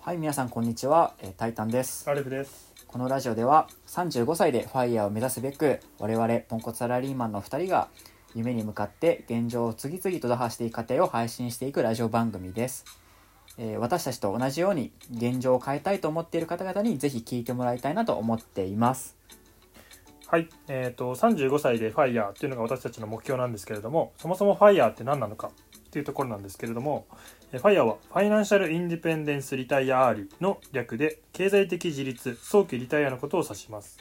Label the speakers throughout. Speaker 1: はい、皆さんこんにちは。えータイタンです。
Speaker 2: アルフです。
Speaker 1: このラジオでは35歳でファイヤーを目指すべく我々ポンコツサラリーマンの2人が夢に向かって現状を次々と打破していく過程を配信していくラジオ番組です。えー私たちと同じように現状を変えたいと思っている方々にぜひ聞いてもらいたいなと思っています。
Speaker 2: はい、えっ、と35歳でファイヤーっていうのが私たちの目標なんですけれども、そもそもファイヤーって何なのかっていうところなんですけれども、えーファイヤーはファイナンシャルインディペンデンスリタイアアーリーの略で経済的自立、早期リタイアのことを指します。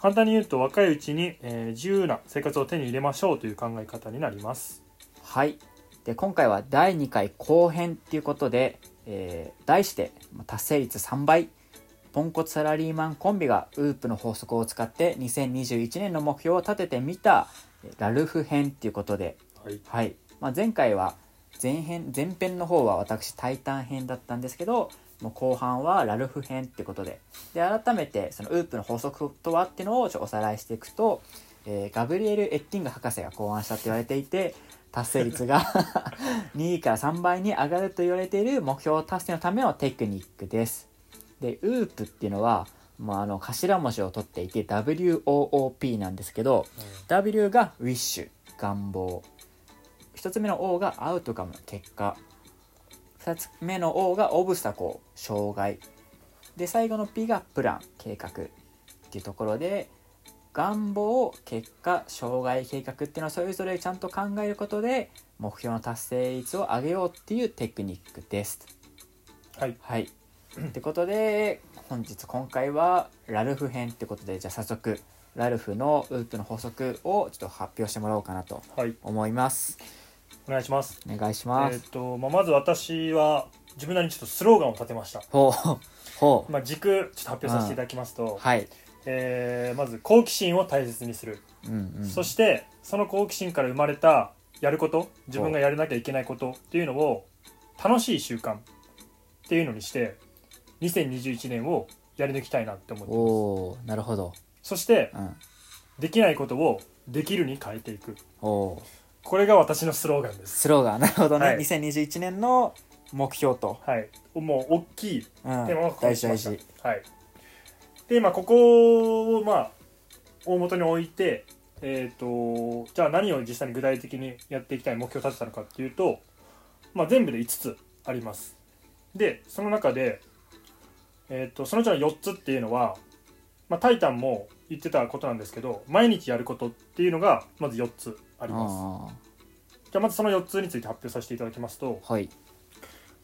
Speaker 2: 簡単に言うと若いうちに、えー自由な生活を手に入れましょうという考え方になります。
Speaker 1: はい。で、今回は第2回後編っていうことで、えー題して、まあ達成率3倍、ポンコツサラリーマンコンビがウープの法則を使って2021年の目標を立ててみた、えーラルフ編っていうことで、
Speaker 2: はい、
Speaker 1: はい。まあ、前回は前編、前編の方は私、タイタン編だったんですけど、もう後半はラルフ編ってことで。で、改めて、そのウープの法則とはっていうのをちょっとおさらいしていくと、えーガブリエル・エッティング博士が考案したって言われていて、達成率が 2から3倍に上がると言われている目標達成のためのテクニックです。で、ウープっていうのは、まあ、あの頭文字を取っていて WOOP なんですけど、W がウィッシュ願望一つ目の O がアウトカム結果二つ目の O がオブスタコル障害で最後の P がプラン計画っていうところで願望結果障害計画っていうのはそれぞれちゃんと考えることで目標の達成率を上げようっていうテクニックです
Speaker 2: はい、
Speaker 1: はい。ってことで本日今回はラルフ編ってことでじゃあ早速ラルフのウープの法則をちょっと発表してもらおうかなと
Speaker 2: はい、
Speaker 1: 思います。
Speaker 2: お願いします。
Speaker 1: お願いし
Speaker 2: えっ
Speaker 1: ます。、
Speaker 2: と、まあ、まず私は自分なりにちょっとスローガンを立てました。
Speaker 1: ほうほう
Speaker 2: まあ、軸ちょっと発表させていただきますと、
Speaker 1: はい。
Speaker 2: えーまず好奇心を大切にする、
Speaker 1: うんうん。
Speaker 2: そしてその好奇心から生まれたやること自分がやらなきゃいけないことっていうのを楽しい習慣っていうのにして2021年をやり抜きたいなって思ってます
Speaker 1: おおなるほど。
Speaker 2: そして
Speaker 1: うん。
Speaker 2: できないことをできるに変えていく
Speaker 1: おお
Speaker 2: これが私のスローガンです
Speaker 1: スローガンな るほどね。
Speaker 2: はい
Speaker 1: 2021年の目標と。
Speaker 2: はいもう大きい
Speaker 1: うん
Speaker 2: テーマを。ここ
Speaker 1: 大事
Speaker 2: にし
Speaker 1: 大
Speaker 2: ました
Speaker 1: 事。
Speaker 2: はいで今ここをまあ大元に置いてえっ、とじゃあ何を実際に具体的にやっていきたい目標を立てたのかっていうと、まあ、全部で5つありますでその中で、えー、とそのうちの4つっていうのは、まあ、タイタンも言ってたことなんですけど毎日やることっていうのがまず4つあります
Speaker 1: あ
Speaker 2: じゃあまずその4つについて発表させていただきますと、
Speaker 1: あはい。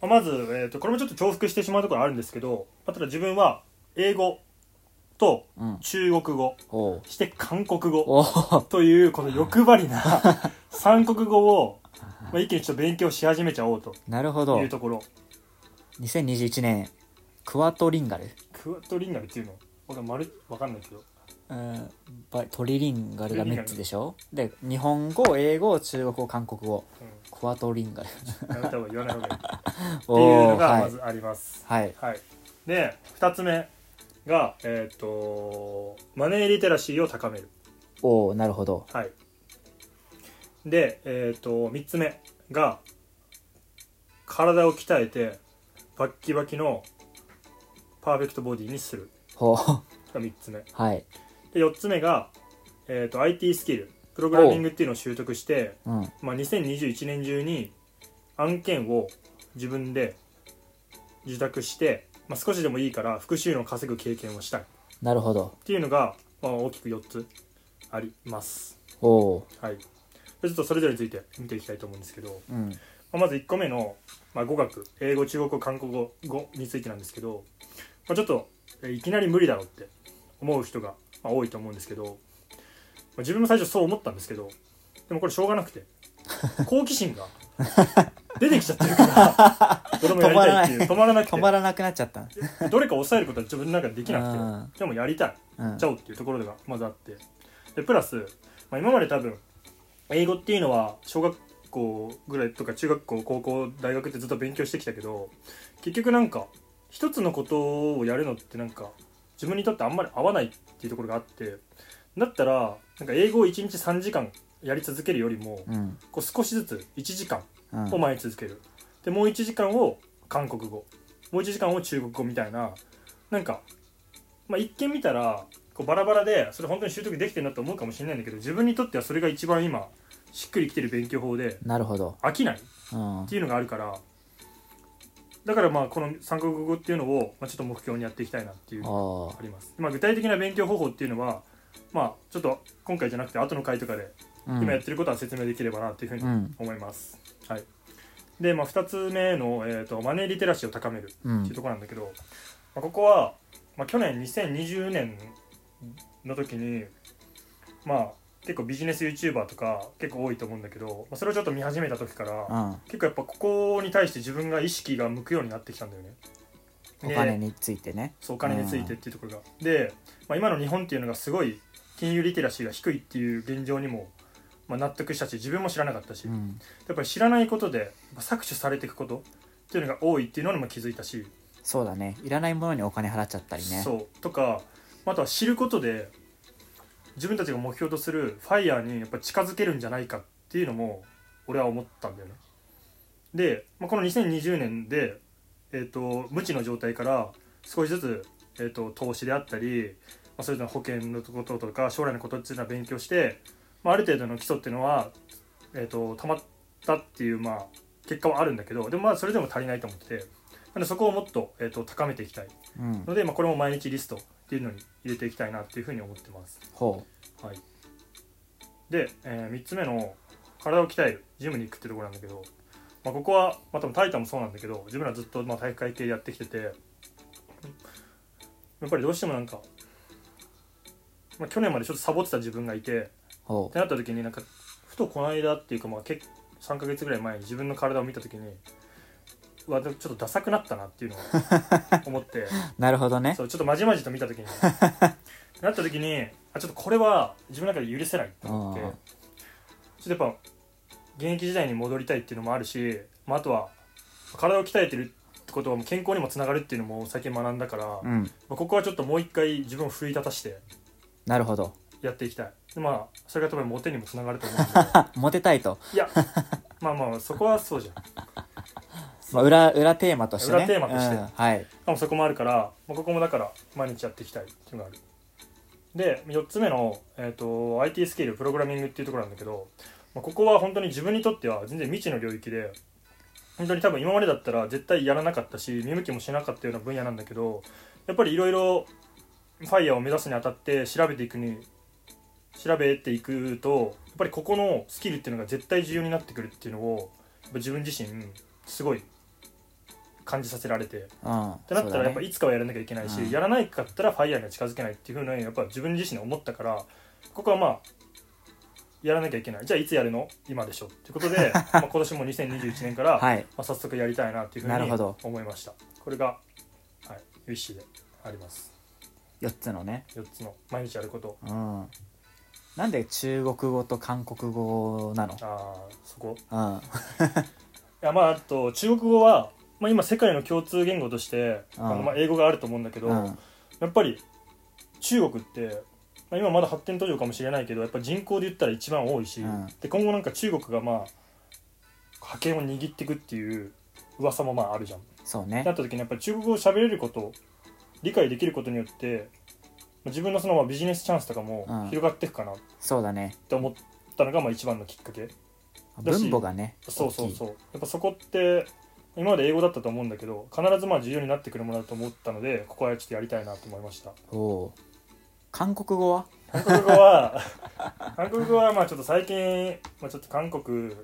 Speaker 2: まあまず、えー、とこれもちょっと重複してしまうところあるんですけど、まあ、ただ自分は英語と
Speaker 1: うん。
Speaker 2: 中国語
Speaker 1: おお
Speaker 2: そして韓国語
Speaker 1: おお
Speaker 2: というこの欲張りな三国語を、まあ、一気にちょっと勉強し始めちゃおうと
Speaker 1: なるほど
Speaker 2: いう。ところ
Speaker 1: 2021年クワトリンガル。
Speaker 2: クワットリンガルっていうの僕はまるわかんないけど
Speaker 1: うんばトリリンガルが3つでしょで日本語英語中国語韓国語
Speaker 2: う
Speaker 1: クワトリンガルって
Speaker 2: んやめた方がいい言わない方 がいいって
Speaker 1: い
Speaker 2: いうのが
Speaker 1: は
Speaker 2: ま
Speaker 1: い、
Speaker 2: ずあります
Speaker 1: はい、
Speaker 2: はい、で2つ目がえっ、とマネーリテラシーを高める
Speaker 1: おおなるほど
Speaker 2: はい、で、えー、と3つ目が体を鍛えてバッキバキのパーフェクトボディにする
Speaker 1: ほう
Speaker 2: が3つ目で
Speaker 1: はい
Speaker 2: 4つ目が、えー、と IT スキルプログラミングっていうのを習得して、
Speaker 1: うん
Speaker 2: まあ、2021年中に案件を自分で受託して、まあ、少しでもいいから複数の稼ぐ経験をしたいっ
Speaker 1: なるほど
Speaker 2: ていうのが、まあ、大きく4つあります
Speaker 1: おお
Speaker 2: はい、でちょっとそれぞれについて見ていきたいと思うんですけど、
Speaker 1: ーうん
Speaker 2: まあまず1個目の、まあ、語学英語中国語韓国語語についてなんですけど、まあ、ちょっとえいきなり無理だろうって思う人が、まあ、多いと思うんですけど、まあ、自分も最初そう思ったんですけどでもこれしょうがな くて好奇心が出てきちゃってるから どれもやりたいっていう止まらなく
Speaker 1: 止ま
Speaker 2: て
Speaker 1: らなくなっちゃったうん
Speaker 2: どれか抑えることは自分の中でできな
Speaker 1: う
Speaker 2: くてでもやりたい
Speaker 1: うん
Speaker 2: ちゃおうっていうところがまずあってでプラス、まあ、今まで多分英語っていうのは小学校ぐらいとか中学校高校大学ってずっと勉強してきたけど結局なんか一つのことをやるのってなんか自分にとってあんまり合わないっていうところがあってだったらなんか英語を1日3時間やり続けるよりも
Speaker 1: うん
Speaker 2: こう少しずつ1時間
Speaker 1: うん
Speaker 2: を毎日続けるでもう1時間を韓国語もう1時間を中国語みたいななんか、まあ、一見見たらこうバラバラでそれ本当に習得できてるなと思うかもしれないんだけど自分にとってはそれが一番今しっくりきてる勉強法で
Speaker 1: なるほど。
Speaker 2: 飽きない
Speaker 1: うん
Speaker 2: っ。ていうのがあるからだからまあこの三国語っていうのを、まあ、ちょっと目標にやっていきたいなっていうのが
Speaker 1: あ
Speaker 2: あります、まあ、具体的な勉強方法っていうのはまあちょっと今回じゃなくて後の回とかで
Speaker 1: あ。うん
Speaker 2: 今やってることは説明できればなっていうふうに
Speaker 1: うん。
Speaker 2: 思います、はいで、まあ、2つ目の、えー、とマネーリテラシーを高めるっ
Speaker 1: うん
Speaker 2: ていうところなんだけど、まあ、ここは、まあ、去年2020年の時にまあ結構ビジネス YouTuber とか結構多いと思うんだけど、まあ、それをちょっと見始めた時から、
Speaker 1: うん。
Speaker 2: 結構やっぱここに対して自分が意識が向くようになってきたんだよね
Speaker 1: お
Speaker 2: で
Speaker 1: 金についてね。
Speaker 2: そうお金についてっていうところが、で、まあ、今の日本っていうのがすごい金融リテラシーが低いっていう現状にも、まあ、納得したし自分も知らなかったし、
Speaker 1: う
Speaker 2: や
Speaker 1: ん。
Speaker 2: っぱり知らないことでやっぱ搾取されていくことっていうのが多いっていうのにも気づいたし、
Speaker 1: そうだね。いらないものにお金払っちゃったりね。
Speaker 2: そうとかあとは知ることで自分たちが目標とするファイヤーにやっぱ近づけるんじゃないかっていうのも俺は思ったんだよねで、まあ、この2020年で、えー、と無知の状態から少しずつ、えー、と投資であったり、まあ、それぞれの保険のこととか将来のことっていうのは勉強して、まあ、ある程度の基礎っていうのは、えー、とたまったっていう、まあ、結果はあるんだけどでもまあそれでも足りないと思っててなのでそこをもっと,、えー、と高めていきたい
Speaker 1: うん。
Speaker 2: ので、まあ、これも毎日リストっていうのに入れていきたいなっていうふうに思ってます、
Speaker 1: ほ
Speaker 2: はい、で、え3つ目の体を鍛えるジムに行くってところなんだけど、まあ、ここは、まあ、多分タイタもそうなんだけど自分らずっとまあ体育会系でやってきててやっぱりどうしてもなんか、まあ、去年までちょっとサボってた自分がいて
Speaker 1: う。ほ
Speaker 2: ってなった時になんかふとこの間っていうかまあ結3ヶ月ぐらい前に自分の体を見た時にうわちょっとダサくなったなっていうのを思って。
Speaker 1: う。なるほどね。
Speaker 2: そうちょっとまじまじと見た 時になった時にあちょっとこれは自分の中で許せないと思って
Speaker 1: うん
Speaker 2: ちょっとやっぱ現役時代に戻りたいっていうのもあるし、まあ、あとは体を鍛えてるってことはもう健康にもつながるっていうのも最近学んだから、ま
Speaker 1: うん。
Speaker 2: あここはちょっともう一回自分を奮い立たして
Speaker 1: なるほど。
Speaker 2: やっていきたいでまあそれが多分モテにもつながると 思うんで
Speaker 1: あ、モテたいと。
Speaker 2: いやまあまあそこはそうじゃん
Speaker 1: まあ、裏、裏テーマとしてね。
Speaker 2: 裏テーマとして
Speaker 1: うんはい。
Speaker 2: でもそこもあるから、まあ、ここもだから毎日やっていきたいっていうのがあるで4つ目の、えー、と IT スキルプログラミングっていうところなんだけど、まあ、ここは本当に自分にとっては全然未知の領域で本当に多分今までだったら絶対やらなかったし見向きもしなかったような分野なんだけどやっぱりいろいろファイヤーを目指すにあたって調べていくに調べていくとやっぱりここのスキルっていうのが絶対重要になってくるっていうのをやっぱ自分自身すごい感じさせられて
Speaker 1: うん。っ
Speaker 2: ってなったらやっぱいつかはやらなきゃいけないし、
Speaker 1: うん
Speaker 2: やらないかったらファイヤーには近づけないっていうふうにやっぱ自分自身で思ったからここはまあやらなきゃいけないじゃあいつやるの今でしょっていうこ とでまあ今年も2021年から、ま
Speaker 1: はい。
Speaker 2: あ、早速やりたいなっていうふう
Speaker 1: なるほど
Speaker 2: に思いましたこれが、はい、ウィッシュであります
Speaker 1: 4つのね。
Speaker 2: 4つの毎日やること
Speaker 1: うん。なんで中国語と韓国語なの
Speaker 2: あーそこ
Speaker 1: うん。
Speaker 2: いやまああと中国語は、まあ、今世界の共通言語として、
Speaker 1: うん
Speaker 2: あのまあ英語があると思うんだけど、
Speaker 1: うん。
Speaker 2: やっぱり中国って、まあ、今まだ発展途上かもしれないけどやっぱ人口で言ったら一番多いし、
Speaker 1: うん
Speaker 2: で今後なんか中国がまあ覇権を握っていくっていう噂もまああるじゃん。
Speaker 1: そうね
Speaker 2: な。った時にやっぱり中国語を喋れること理解できることによってまあ自分のそのまあビジネスチャンスとかも
Speaker 1: うん
Speaker 2: 広がっていくかなっ
Speaker 1: そうだね。
Speaker 2: て思ったのがまあ一番のきっかけ。だし
Speaker 1: 分母がね。
Speaker 2: そうそう
Speaker 1: う。
Speaker 2: そうやっぱそこって今まで英語だったと思うんだけど必ずまあ重要になってくるものだと思ったのでここはちょっとやりたいなと思いました。
Speaker 1: おおう。韓国語は
Speaker 2: 韓国語は 韓国語はまあちょっと最近、まあ、ちょっと韓国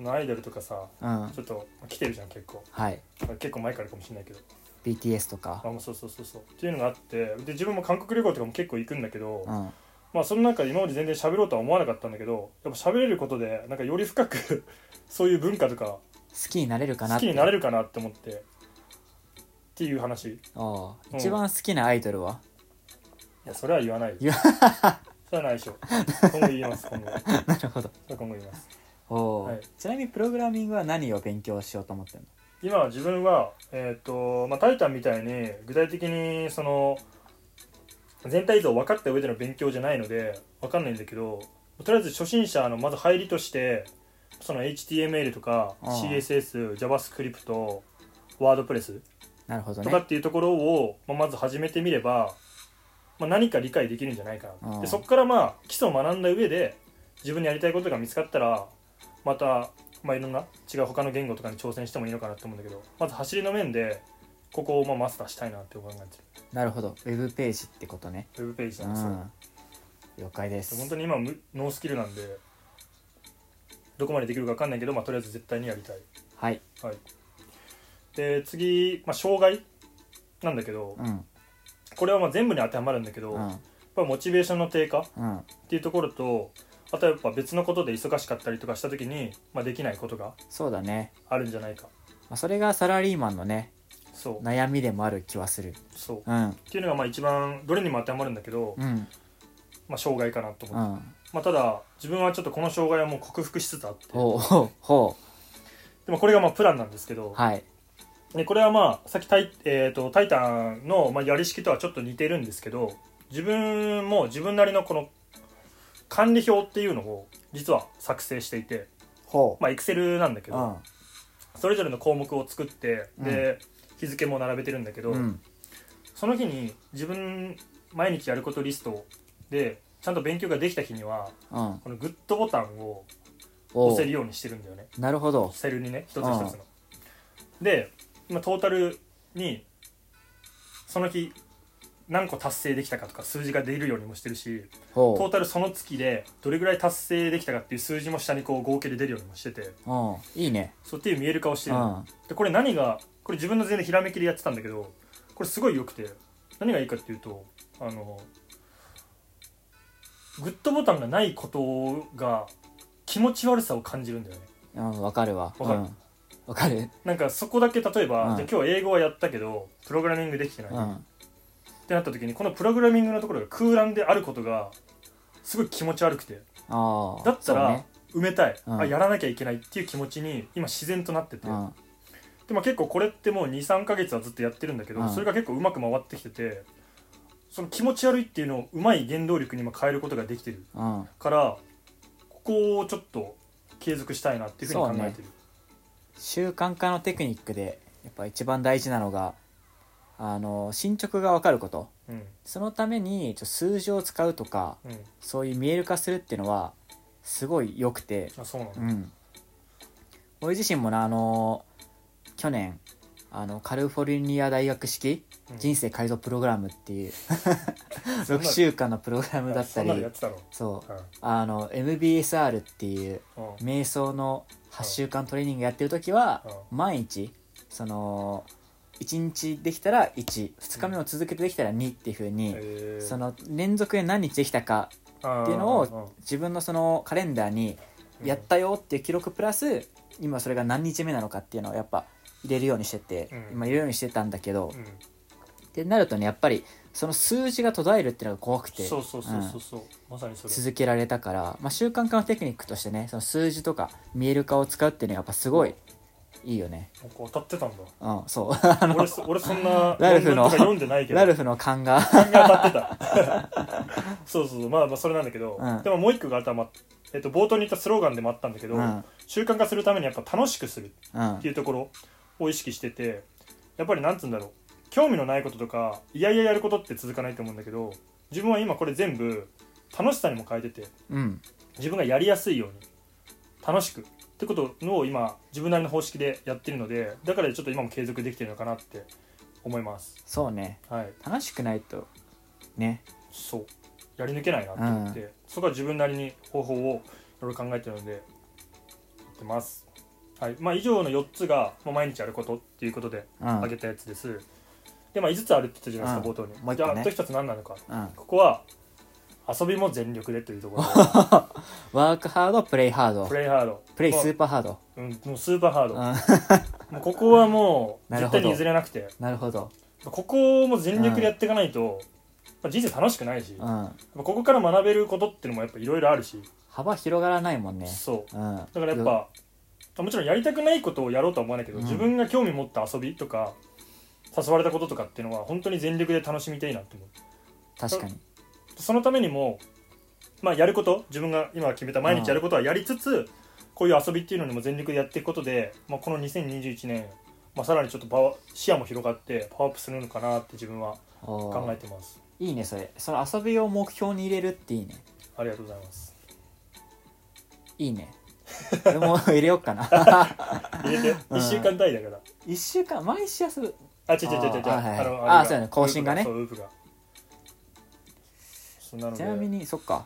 Speaker 2: のアイドルとかさ
Speaker 1: うん。
Speaker 2: ちょっと来てるじゃん結構
Speaker 1: はい。
Speaker 2: 結構前からかもしれないけど
Speaker 1: BTS とか
Speaker 2: あ。もうそうそうそうそうっていうのがあってで自分も韓国旅行とかも結構行くんだけど、
Speaker 1: うん。
Speaker 2: まあその中で今まで全然喋ろうとは思わなかったんだけどやっぱ喋れることでなんかより深く そういう文化とか
Speaker 1: 好きになれるかな
Speaker 2: 好
Speaker 1: って
Speaker 2: きになれるかなって思ってっていう話い
Speaker 1: おう
Speaker 2: うん
Speaker 1: 一番好きなアイドルは
Speaker 2: やそれは言わない
Speaker 1: 言
Speaker 2: それはないでしょ今後言います今後それ
Speaker 1: なるほど
Speaker 2: は今後言います
Speaker 1: おう、
Speaker 2: はい
Speaker 1: ちなみにプログラミングは何を勉強しようと思ってる
Speaker 2: 今は自分は、えーとまあ、タイタンみたいに具体的にその全体像を分かった上での勉強じゃないので分かんないんだけどとりあえず初心者のまず入りとしてその HTML とか
Speaker 1: うん
Speaker 2: CSSJavaScript ワードプレス
Speaker 1: なるほど
Speaker 2: とか
Speaker 1: ね
Speaker 2: っていうところを、まあ、まず始めてみれば、まあ、何か理解できるんじゃないか
Speaker 1: う
Speaker 2: な、
Speaker 1: ん
Speaker 2: でそこからまあ基礎を学んだ上で自分にやりたいことが見つかったらまた、まあ、いろんな違う他の言語とかに挑戦してもいいのかなと思うんだけどまず走りの面でここをまあマスターしたいなって考えて
Speaker 1: なるほどウェブページってことね
Speaker 2: るウェブページ
Speaker 1: う
Speaker 2: なんですよ、
Speaker 1: ん了解で
Speaker 2: 本
Speaker 1: す
Speaker 2: 当に今無ノースキルなんでどこまでできるか分かんないけど、まあ、とりあえず絶対にやりたい
Speaker 1: はい
Speaker 2: で次、まあ、障害なんだけど
Speaker 1: うん
Speaker 2: これはまあ全部に当てはまるんだけど、
Speaker 1: う
Speaker 2: やっ
Speaker 1: ん
Speaker 2: ぱりモチベーションの低下
Speaker 1: うん
Speaker 2: っていうところとあとはやっぱ別のことで忙しかったりとかした時に、まあ、できないことが
Speaker 1: そうだね、
Speaker 2: あるんじゃないか
Speaker 1: まあ、それがサラリーマンのね
Speaker 2: そう
Speaker 1: 悩みでもある気はする
Speaker 2: そう
Speaker 1: うん
Speaker 2: っていうのがまあ一番どれにも当てはまるんだけど、
Speaker 1: うん
Speaker 2: まあ、障害かなと思
Speaker 1: う
Speaker 2: って、
Speaker 1: ん
Speaker 2: まあ、ただ自分はちょっとこの障害をもう克服しつつあって
Speaker 1: ほうほうほ
Speaker 2: でもこれがまあプランなんですけど、
Speaker 1: うはい
Speaker 2: でこれはまあさっきタイ,、えーと「タイタン」の、まあ、やり式とはちょっと似てるんですけど自分も自分なりのこの管理表っていうのを実は作成していて
Speaker 1: ほ
Speaker 2: まあエクセルなんだけ
Speaker 1: うう
Speaker 2: ど、
Speaker 1: ん
Speaker 2: それぞれの項目を作ってで、日付も並べてるんだけど、
Speaker 1: うん
Speaker 2: その日に自分毎日やることリストでちゃんと勉強ができた日には
Speaker 1: うん
Speaker 2: このグッドボタンを
Speaker 1: お
Speaker 2: 押せ
Speaker 1: う
Speaker 2: るようにしてるんだよね
Speaker 1: なるほど
Speaker 2: セルにね一つ一つの。で今トータルにその日何個達成できたかとか数字が出るようにもしてるしトー
Speaker 1: ほ
Speaker 2: タルその月でどれぐらい達成できたかっていう数字も下にこう合計で出るようにもしてて
Speaker 1: ううんいいね
Speaker 2: そうっていう見える化をして
Speaker 1: う
Speaker 2: るの
Speaker 1: ん
Speaker 2: でこれ何がこれ自分の全然ひらめきでやってたんだけどこれすごい良くて何がいいかっていうとあのグッドボタンがないことが気持ち悪さを感じるんだよね
Speaker 1: うんわかるわ
Speaker 2: わかる
Speaker 1: うんわかる
Speaker 2: なんかそこだけ例えば、
Speaker 1: うん
Speaker 2: じゃあ今日英語はやったけどプログラミングできてない、
Speaker 1: う
Speaker 2: っ
Speaker 1: ん
Speaker 2: てなった時にこのプログラミングのところが空欄であることがすごい気持ち悪くて
Speaker 1: ああ
Speaker 2: だったら、埋めたい、
Speaker 1: うん
Speaker 2: あやらなきゃいけないっていう気持ちに今自然となってて、
Speaker 1: そうね
Speaker 2: でも結構これってもう23ヶ月はずっとやってるんだけど、
Speaker 1: うん
Speaker 2: それが結構うまく回ってきててその気持ち悪いっていうのをうまい原動力に今変えることができてる
Speaker 1: うんうん
Speaker 2: からここをちょっと継続したいなっていうふうに考えてる
Speaker 1: 習慣化のテクニックでやっぱ一番大事なのがあの進捗がわかること
Speaker 2: う,、
Speaker 1: そのためにちょ数字を使うとか
Speaker 2: んうん
Speaker 1: そういう見える化するっていうのはすごい良くて
Speaker 2: あそうなんだ、
Speaker 1: うん俺自身もなあの去年あのカリフォルニア大学式
Speaker 2: うん
Speaker 1: 人生改造プログラムっていう
Speaker 2: そんな
Speaker 1: 6週間のプログラムだった
Speaker 2: そんなのや
Speaker 1: り
Speaker 2: ってたの、
Speaker 1: そう
Speaker 2: うん
Speaker 1: あの MBSR っていう
Speaker 2: うんうん
Speaker 1: 瞑想の8週間トレーニングやってる時は
Speaker 2: う
Speaker 1: 毎日その1日できたら12日目を続けてできたら2っていう風に
Speaker 2: えー
Speaker 1: その連続で何日できたか
Speaker 2: って
Speaker 1: いうのを自分のそのカレンダーにやったよっていう記録プラス今それが何日目なのかっていうのをやっぱ入れるようにしてて
Speaker 2: うん
Speaker 1: 今入れるようにしてたんだけど
Speaker 2: うんうん
Speaker 1: ってなるとねやっぱりその数字が途絶えるっていうのが怖くて
Speaker 2: そうそうそうそうそう、まさにそれ
Speaker 1: 続けられたから、まあ、習慣化のテクニックとしてねその数字とか見える化を使うっていうのはやっぱすごいいいよね
Speaker 2: なんか当たってたんだ
Speaker 1: うんそうあの
Speaker 2: 俺そ俺そんな
Speaker 1: ラルフの
Speaker 2: 論文とか読んでないけど
Speaker 1: ラルフの勘が
Speaker 2: 勘が当たってた そうそうそうまあまあそれなんだけど、
Speaker 1: うん
Speaker 2: でももう一個が頭、えっと冒頭に言ったスローガンでもあったんだけど、
Speaker 1: うん
Speaker 2: 習慣化するためにやっぱ楽しくするっ
Speaker 1: うん
Speaker 2: ていうところを意識しててやっぱりなんつうんだろう興味のないこととかいやいややることって続かないと思うんだけど自分は今これ全部楽しさにも変えてて
Speaker 1: うん
Speaker 2: 自分がやりやすいように楽しくってことのを今自分なりの方式でやってるのでだからちょっと今も継続できてるのかなって思います
Speaker 1: そうね
Speaker 2: はい
Speaker 1: 楽しくないとね
Speaker 2: そうやり抜けないなって思って、そこは自分なりに方法をいろいろ考えてるのでやってますはいまあ以上の4つが、まあ、毎日やることっていうことで
Speaker 1: うん
Speaker 2: 挙げたやつです、でまあ5つあるって言ったじゃないですか、冒頭に、
Speaker 1: もう一個ね
Speaker 2: じゃああと1つ何なのか
Speaker 1: うん
Speaker 2: ここは遊びも全力でというところで
Speaker 1: ワークハードプレイハード
Speaker 2: プレイハード
Speaker 1: プレイス
Speaker 2: もう
Speaker 1: ーパーハード
Speaker 2: うん、もうスーパーハード、
Speaker 1: うん
Speaker 2: もうここはもう
Speaker 1: なる
Speaker 2: 絶
Speaker 1: ほど
Speaker 2: 対に譲れなくて
Speaker 1: なるほど
Speaker 2: ここも全力でやっていかないと、まあ人生楽しくないし、
Speaker 1: う
Speaker 2: ま
Speaker 1: ん
Speaker 2: あここから学べることっていうのもやっぱいろいろあるし、
Speaker 1: 幅広がらないもんね
Speaker 2: そう
Speaker 1: うんだ
Speaker 2: だからやっぱ、もちろんやりたくないことをやろうとは思わないけど、
Speaker 1: うん
Speaker 2: 自分が興味持った遊びとか誘われたこととかっていうのは本当に全力で楽しみたいなって思う
Speaker 1: 確かに
Speaker 2: そのためにも、まあ、やること自分が今決めた毎日やることはやりつつ、こういう遊びっていうのにも全力でやっていくことで、まあ、この2021年まあ、さらにちょっとパワー視野も広がってパワーアップするのかなって自分は
Speaker 1: お
Speaker 2: 考え
Speaker 1: ー
Speaker 2: てます
Speaker 1: いいねそれその遊びを目標に入れるっていいね
Speaker 2: ありがとうございます
Speaker 1: いい ね俺も入れようかな
Speaker 2: 入れて
Speaker 1: うん
Speaker 2: 1週間単位だから
Speaker 1: 一週間毎週遊ぶ
Speaker 2: あ違う違う違う違う
Speaker 1: あーはいはい
Speaker 2: あの
Speaker 1: あー
Speaker 2: れが
Speaker 1: そうだね更新がね
Speaker 2: ウープがそうウープがそうなの
Speaker 1: ち
Speaker 2: で
Speaker 1: なみにそっか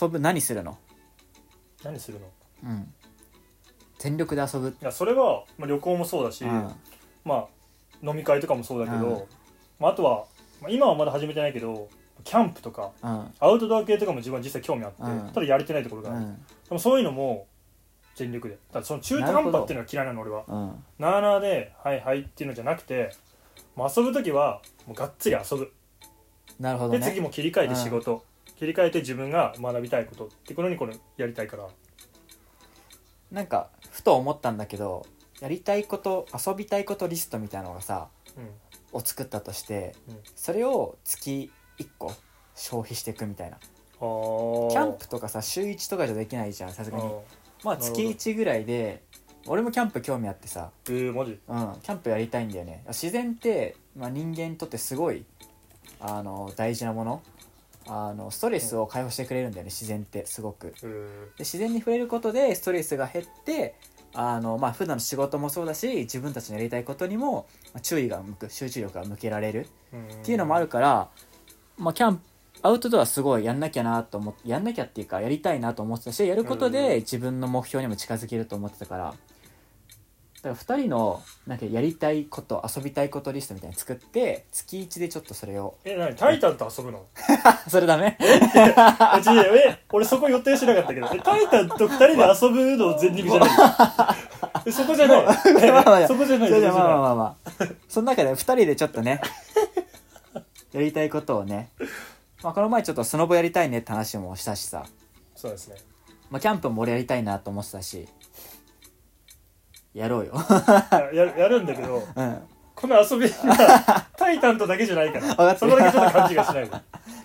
Speaker 1: 遊ぶ何するの
Speaker 2: 何するのい
Speaker 1: うん全力で遊ぶ
Speaker 2: やそれは、まあ、旅行もそうだし、
Speaker 1: うん
Speaker 2: まあ飲み会とかもそうだけど、
Speaker 1: うん
Speaker 2: まあ、あとは、まあ、今はまだ始めてないけどキャンプとか
Speaker 1: うん
Speaker 2: アウトドア系とかも自分は実際興味あって、
Speaker 1: うん
Speaker 2: ただやれてないところ
Speaker 1: う
Speaker 2: がある、で
Speaker 1: ん
Speaker 2: もそういうのも全力でだからその中途半端っていうのは嫌いなの俺は
Speaker 1: うん
Speaker 2: なあなあではいはいっていうのじゃなくてもう遊ぶ時はもうがっつり遊ぶ
Speaker 1: なるほど
Speaker 2: で
Speaker 1: ね
Speaker 2: 次も切り替えて仕事、切り替えて自分が学びたいことってこのにこれやりたいから
Speaker 1: なんかふと思ったんだけどやりたいこと遊びたいことリストみたいなのがさ
Speaker 2: うん
Speaker 1: を作ったとして、
Speaker 2: うん
Speaker 1: それを月1個消費していくみたいなキ
Speaker 2: キ
Speaker 1: ャンプとかさ週1とかじゃできないじゃんさすがにまあ
Speaker 2: なるほど
Speaker 1: 月1ぐらいで俺もキャンプ興味あってさ、
Speaker 2: えー、マジ
Speaker 1: うん、キャンプやりたいんだよね自然って、まあ、人間にとってすごいあの大事なものあのストレスを解放してくれるんだよね自然ってすごく
Speaker 2: えー
Speaker 1: で自然に触れることでストレスが減ってあの、まあ普段の仕事もそうだし自分たちのやりたいことにもまあ注意が向く集中力が向けられる
Speaker 2: ん
Speaker 1: っていうのもあるから、まあ、キャンプアウトドアすごいやんなきゃなと思ってやんなきゃっていうかやりたいなと思ってたしやること
Speaker 2: うん
Speaker 1: で自分の目標にも近づけると思ってたからだから2人のなんかやりたいこと遊びたいことリストみたいに作って月1でちょっとそれを
Speaker 2: え何タイタンと遊ぶの
Speaker 1: それだね
Speaker 2: あ違うえ俺そこ予定してなかったけどえタイタンと二人で遊ぶの全力じゃないえそこじゃない
Speaker 1: まあまあ
Speaker 2: えそこじゃない
Speaker 1: それじ
Speaker 2: そこじ
Speaker 1: ゃあ
Speaker 2: ゃ
Speaker 1: まあまあ
Speaker 2: な
Speaker 1: まあまあその中で2人でちょっとねやりたいことをね、まあ、この前ちょっとスノボやりたいねって話もしたしさ、
Speaker 2: いそうですね
Speaker 1: まあ、キャンプも俺やりたいなと思ってたしやろう よ
Speaker 2: やややるんだけど
Speaker 1: うん
Speaker 2: この遊 びはタイタンとだけじゃないから
Speaker 1: かってる
Speaker 2: そこだけちょっと勘違いしないで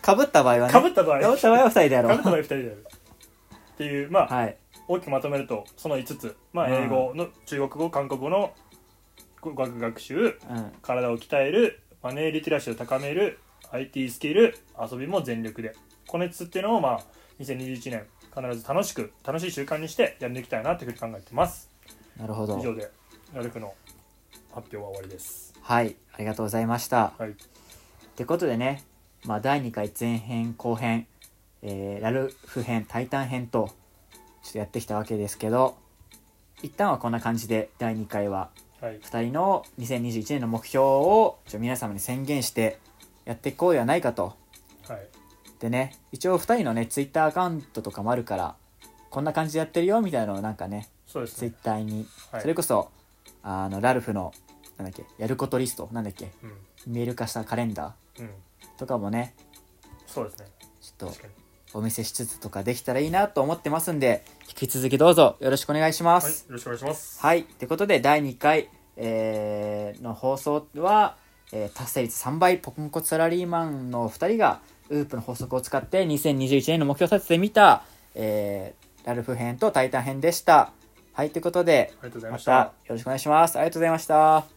Speaker 1: かぶった場合はね
Speaker 2: かぶった場合
Speaker 1: かぶった場合は2人でやろ
Speaker 2: かぶっ
Speaker 1: う
Speaker 2: た場合二人でやるっていうまあ、
Speaker 1: はい
Speaker 2: 大きくまとめるとその5つ、まあ、
Speaker 1: うん
Speaker 2: 英語の、中国語韓国語の語学学習
Speaker 1: うん
Speaker 2: 体を鍛えるマネーリテラシーを高める IT スキル遊びも全力でこの5つっていうのを、まあ、2021年必ず楽しく楽しい習慣にしてやんでいきたいなというふうに考えてます
Speaker 1: なるほ
Speaker 2: 以上
Speaker 1: ど
Speaker 2: でラルクの発表は終わりです
Speaker 1: はいありがとうございました
Speaker 2: はい
Speaker 1: ってことでね、まあ、第2回前編後編、えーラルフ編タイタン編とちょっとやってきたわけですけど一旦はこんな感じで第2回は
Speaker 2: はい
Speaker 1: 2人の2021年の目標をちょ皆様に宣言してやっていこうではないかと
Speaker 2: はい
Speaker 1: でね一応2人のねツイッターアカウントとかもあるからこんな感じでやってるよみたいなのをなんかね
Speaker 2: そうです
Speaker 1: ツイッ
Speaker 2: ね
Speaker 1: ターに、
Speaker 2: はい
Speaker 1: それこそあのラルフのなんだっけやることリストなんだっけ
Speaker 2: うん
Speaker 1: 見える化したカレンダ
Speaker 2: うん
Speaker 1: ーとかもね
Speaker 2: そうですね
Speaker 1: ちょっ
Speaker 2: 確かに
Speaker 1: とお見せしつつとかできたらいいなと思ってますんで引き続きどうぞよろしくお願いしま
Speaker 2: はいよ
Speaker 1: す
Speaker 2: ろしくお願いします
Speaker 1: はいってことで第2回、えーの放送は、えー達成率3倍ポンコツサラリーマンの2人がウープの法則を使って2021年の目標を立ててみた、えーラルフ編とタイタン編でしたはいということで
Speaker 2: ありがとうござい
Speaker 1: ま
Speaker 2: ましたた
Speaker 1: よろしくお願いします。ありがとうございました。